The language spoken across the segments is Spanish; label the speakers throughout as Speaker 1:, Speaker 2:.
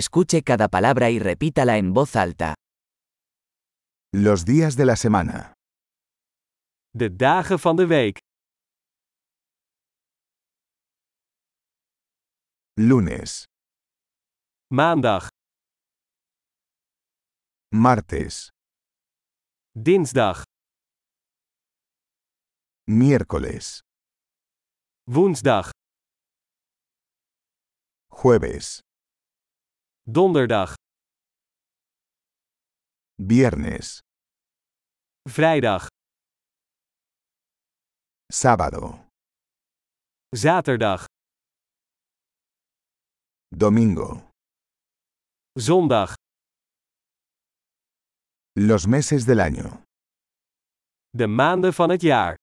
Speaker 1: Escuche cada palabra y repítala en voz alta.
Speaker 2: Los días de la semana.
Speaker 3: De dagen van de week.
Speaker 2: Lunes,
Speaker 3: Maandag,
Speaker 2: martes,
Speaker 3: dinsdag,
Speaker 2: miércoles,
Speaker 3: woensdag,
Speaker 2: jueves,
Speaker 3: donderdag,
Speaker 2: viernes,
Speaker 3: vrijdag,
Speaker 2: sábado,
Speaker 3: zaterdag,
Speaker 2: domingo.
Speaker 3: zondag.
Speaker 2: Los meses del año.
Speaker 3: De maanden van het jaar.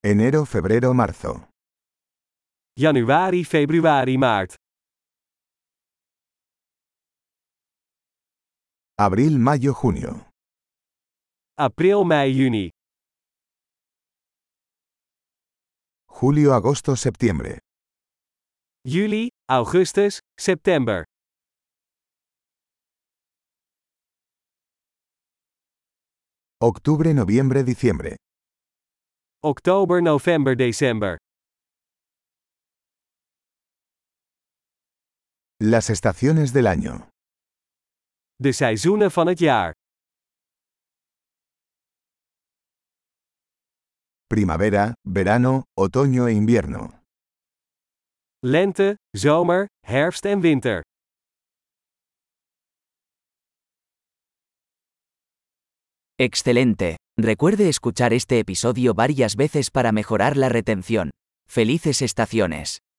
Speaker 2: Enero, febrero, marzo.
Speaker 3: Januari, februari, maart.
Speaker 2: Abril, mayo, junio.
Speaker 3: April, mei, juni.
Speaker 2: Julio, agosto, septiembre.
Speaker 3: Juli, augustus, september.
Speaker 2: Octubre, noviembre, diciembre.
Speaker 3: Oktober, november, december.
Speaker 2: Las estaciones del año.
Speaker 3: De seizoenen van het jaar.
Speaker 2: Primavera, verano, otoño e invierno.
Speaker 3: Lente, zomer, herfst en winter.
Speaker 1: Excelente. Recuerde escuchar este episodio varias veces para mejorar la retención. Felices estaciones.